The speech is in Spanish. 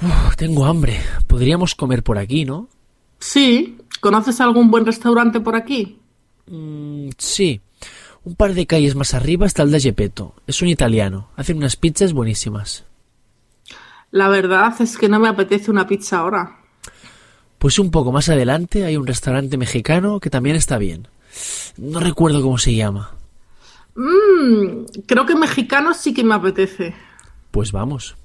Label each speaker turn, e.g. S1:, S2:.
S1: Uf, Pues tengo hambre. Podríamos comer por aquí, ¿no?
S2: Sí. ¿Conoces algún buen restaurante por aquí?
S1: Mm, sí. Un par de calles más arriba está el de Gepetto. Es un italiano. Hacen unas pizzas buenísimas.
S2: La verdad es que no me apetece una pizza ahora.
S1: Pues un poco más adelante hay un restaurante mexicano que también está bien. No recuerdo cómo se llama.
S2: Mm, Mmm, creo que mexicano sí que me apetece.
S1: Pues vamos.